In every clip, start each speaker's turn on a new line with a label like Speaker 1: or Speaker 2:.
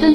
Speaker 1: 纷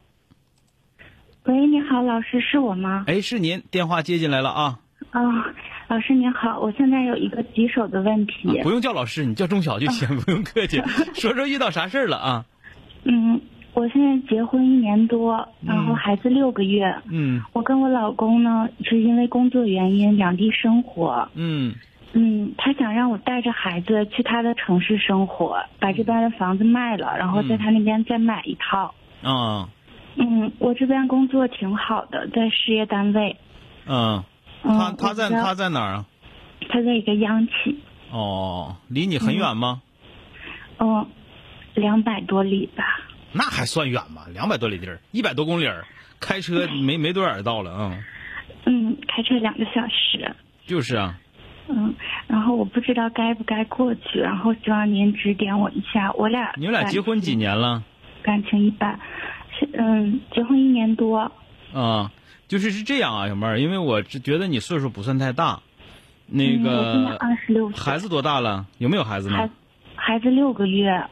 Speaker 2: 喂，你好，老师，是我吗？
Speaker 3: 哎，是您，电话接进来了啊，
Speaker 2: 啊、老师您好，我现在有一个棘手的问题。
Speaker 3: 啊不用叫老师，你叫钟晓就行，不用客 气，说说遇到啥事儿了啊，
Speaker 2: 嗯，我现在结婚一年多，然后孩子六个月。
Speaker 3: 嗯
Speaker 2: 我跟我老公呢是因为工作原因两地生活。
Speaker 3: 嗯
Speaker 2: 嗯，他想让我带着孩子去他的城市生活，把这边的房子卖了，然后在他那边再买一套。
Speaker 3: 啊
Speaker 2: 嗯，我这边工作挺好的，在事业单位。
Speaker 3: 嗯，
Speaker 2: 嗯，
Speaker 3: 他他在
Speaker 2: 我家
Speaker 3: 他在哪儿啊？
Speaker 2: 他在一个央企，
Speaker 3: 哦，离你很远吗？
Speaker 2: 嗯，两百多里吧。
Speaker 3: 那还算远吧，两百多里地儿，一百多公里儿，开车没没多远儿到了啊、嗯
Speaker 2: 嗯，开车两个小时。
Speaker 3: 就是啊，
Speaker 2: 嗯，然后我不知道该不该过去，然后希望您指点我一下。我俩
Speaker 3: 你们俩
Speaker 2: 感
Speaker 3: 结婚几？年了？
Speaker 2: 感情一般，是嗯，结婚一年多。
Speaker 3: 啊，就是是这样啊，小妹儿，因为我是觉得你岁数不算太大，那
Speaker 2: 嗯、我今年
Speaker 3: 个、
Speaker 2: 二十六岁，
Speaker 3: 孩子多大了？有没有孩子呢？
Speaker 2: 孩孩子六个月，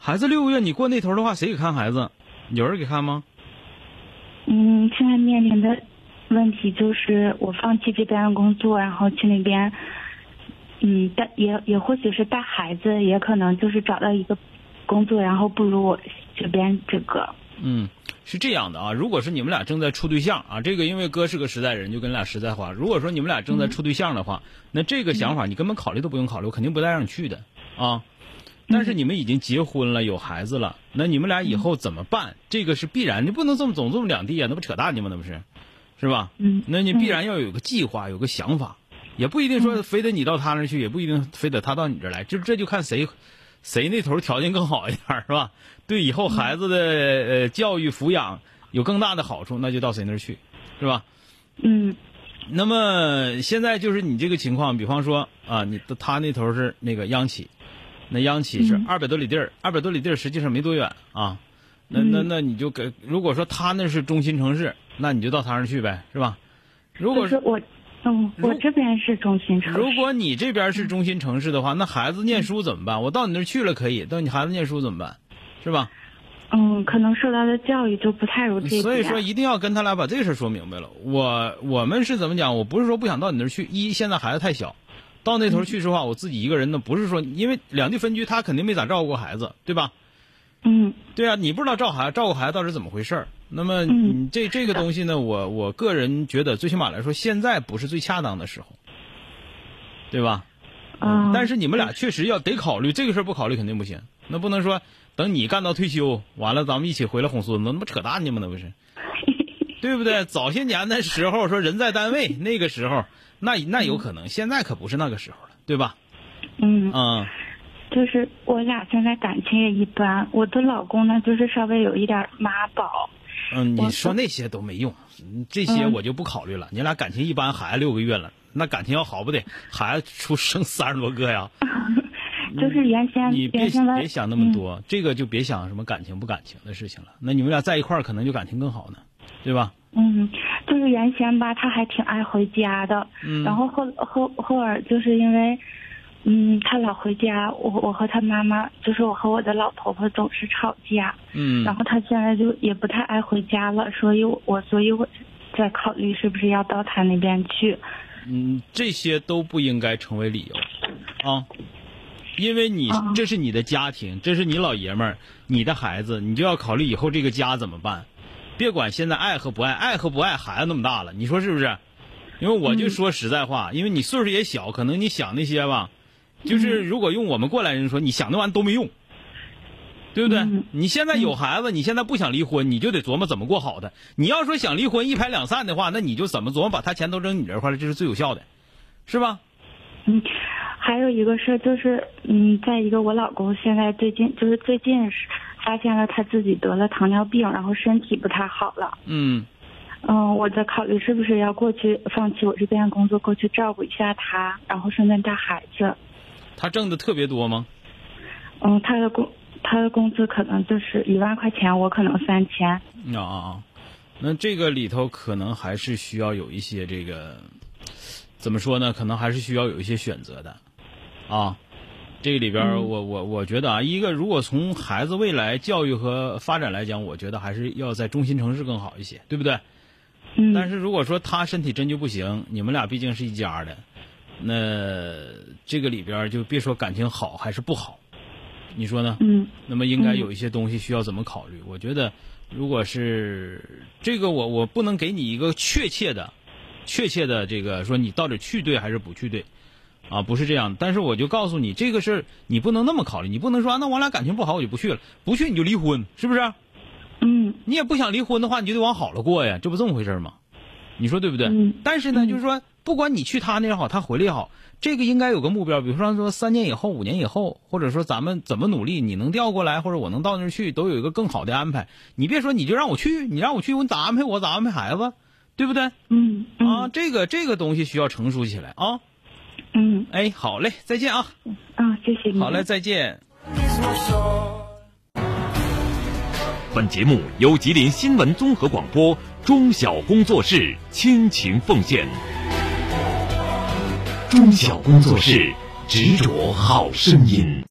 Speaker 3: 孩子六个月，你过那头的话，谁给看孩子？有人给看吗？
Speaker 2: 嗯，现在面临的问题就是我放弃这边的工作，然后去那边，嗯，带也也或许是带孩子，也可能就是找到一个工作，然后不如我这边这个。
Speaker 3: 嗯，是这样的啊，如果是你们俩正在处对象啊，这个因为哥是个实在人，就跟俩实在话。如果说你们俩正在处对象的话，那这个想法你根本考虑都不用考虑，我肯定不带让你去的啊。但是你们已经结婚了，有孩子了，那你们俩以后怎么办？这个是必然，你不能这么总这么两地啊，那不扯淡呢吗？那不是，是吧？
Speaker 2: 嗯
Speaker 3: 那你必然要有个计划，有个想法，也不一定说非得你到他那儿去，也不一定非得他到你这儿来，就这就看谁谁那头条件更好一点儿，是吧？对以后孩子的呃教育抚养有更大的好处，那就到谁那儿去，是吧？
Speaker 2: 嗯
Speaker 3: 那么现在就是你这个情况，比方说啊，你他那头是那个央企，那央企是二百多里地儿，二百多里地儿实际上没多远啊。那那那你就给，如果说他那是中心城市，那你就到他那儿去呗，是吧？如果
Speaker 2: 就是我，嗯，
Speaker 3: 如
Speaker 2: 我这边是中心城市。
Speaker 3: 如果你这边是中心城市的话，那孩子念书怎么办？我到你那儿去了可以，到你孩子念书怎么办？是吧？
Speaker 2: 嗯，可能受到的教育就不太如这边。
Speaker 3: 嗯所以说一定要跟他俩把这个事儿说明白了。我我们是怎么讲？我不是说不想到你那儿去，一现在孩子太小，到那头去说话，我自己一个人呢，不是说因为两地分居，他肯定没咋照顾过孩子，对吧？
Speaker 2: 嗯
Speaker 3: 对啊，你不知道照孩照顾孩子到底是怎么回事儿。那么
Speaker 2: 嗯
Speaker 3: 你这这个东西呢，我我个人觉得，最起码来说，现在不是最恰当的时候，对吧？
Speaker 2: 啊、
Speaker 3: 但是你们俩确实要得考虑这个事儿，不考虑肯定不行。那不能说等你干到退休，完了咱们一起回来哄孙子，那不扯淡呢吗？那 不是，对不对？早些年的时候说人在单位，那个时候那那有可能，现在可不是那个时候了，对吧？
Speaker 2: 嗯，
Speaker 3: 嗯
Speaker 2: 就是我俩现在感情也一般。我的老公呢，就是稍微有一点妈宝。
Speaker 3: 嗯，
Speaker 2: 我嗯
Speaker 3: 你说那些都没用，嗯这些我就不考虑了。你俩感情一般，孩子六个月了，那感情要好不得，孩子出生三十多个呀。
Speaker 2: 就是原先
Speaker 3: 嗯你别
Speaker 2: 原先的
Speaker 3: 别想那么多，这个就别想什么感情不感情的事情了。那你们俩在一块儿，可能就感情更好呢，对吧？
Speaker 2: 嗯，就是原先吧，他还挺爱回家的。
Speaker 3: 嗯
Speaker 2: 然后后后后尔就是因为，嗯，他老回家，我我和他妈妈，就是我和我的老婆婆总是吵架。
Speaker 3: 嗯
Speaker 2: 然后他现在就也不太爱回家了，所以我我所以我在考虑是不是要到他那边去。
Speaker 3: 嗯，这些都不应该成为理由啊，因为你
Speaker 2: 啊
Speaker 3: 这是你的家庭，这是你老爷们儿，你的孩子，你就要考虑以后这个家怎么办。别管现在爱和不爱，爱和不爱，孩子那么大了，你说是不是？因为我就说实在话，因为你岁数也小，可能你想那些吧，就是如果用我们过来人说，你想那玩意儿都没用，对不对？
Speaker 2: 嗯
Speaker 3: 你现在有孩子，你现在不想离婚，你就得琢磨怎么过好的。你要说想离婚一拍两散的话，那你就怎么琢磨把他钱都扔你这块儿了，这是最有效的，是吧？
Speaker 2: 嗯，还有一个事儿就是，嗯，再一个我老公现在最近就是最近是发现了他自己得了糖尿病，然后身体不太好了。
Speaker 3: 嗯
Speaker 2: 嗯，我在考虑是不是要过去放弃我这边的工作，过去照顾一下他，然后顺便带孩子。
Speaker 3: 他挣的特别多吗？
Speaker 2: 嗯，他的工他的工资可能就是一万块钱，我可能三千。
Speaker 3: 啊啊啊！那这个里头可能还是需要有一些这个，怎么说呢？可能还是需要有一些选择的，啊。这里边儿我我我觉得啊，一个如果从孩子未来教育和发展来讲，我觉得还是要在中心城市更好一些，对不对？
Speaker 2: 嗯，
Speaker 3: 但是如果说他身体真就不行，你们俩毕竟是一家的，那这个里边儿就别说感情好还是不好，你说呢？
Speaker 2: 嗯
Speaker 3: 那么应该有一些东西需要怎么考虑？我觉得，如果是这个我，我不能给你一个确切的、确切的这个说你到底去对还是不去对，啊，不是这样。但是我就告诉你，这个事儿你不能那么考虑，你不能说、啊那我俩感情不好我就不去了，不去你就离婚，是不是？
Speaker 2: 嗯
Speaker 3: 你也不想离婚的话，你就得往好了过呀，这不这么回事吗？你说对不对？
Speaker 2: 嗯
Speaker 3: 但是呢，
Speaker 2: 嗯
Speaker 3: 就是说，不管你去他那也好，他回来也好，这个应该有个目标，比如说说三年以后、五年以后，或者说咱们怎么努力，你能调过来，或者我能到那儿去，都有一个更好的安排。你别说你就让我去，你让我去，你咋安排我咋安排孩子，对不对？
Speaker 2: 嗯嗯
Speaker 3: 啊，这个这个东西需要成熟起来啊。
Speaker 2: 嗯
Speaker 3: 哎，好嘞，再见啊，
Speaker 2: 啊，谢谢你。
Speaker 3: 好嘞，再见。
Speaker 4: 本节目由吉林新闻综合广播中小工作室倾情奉献。中小工作室执着好声音。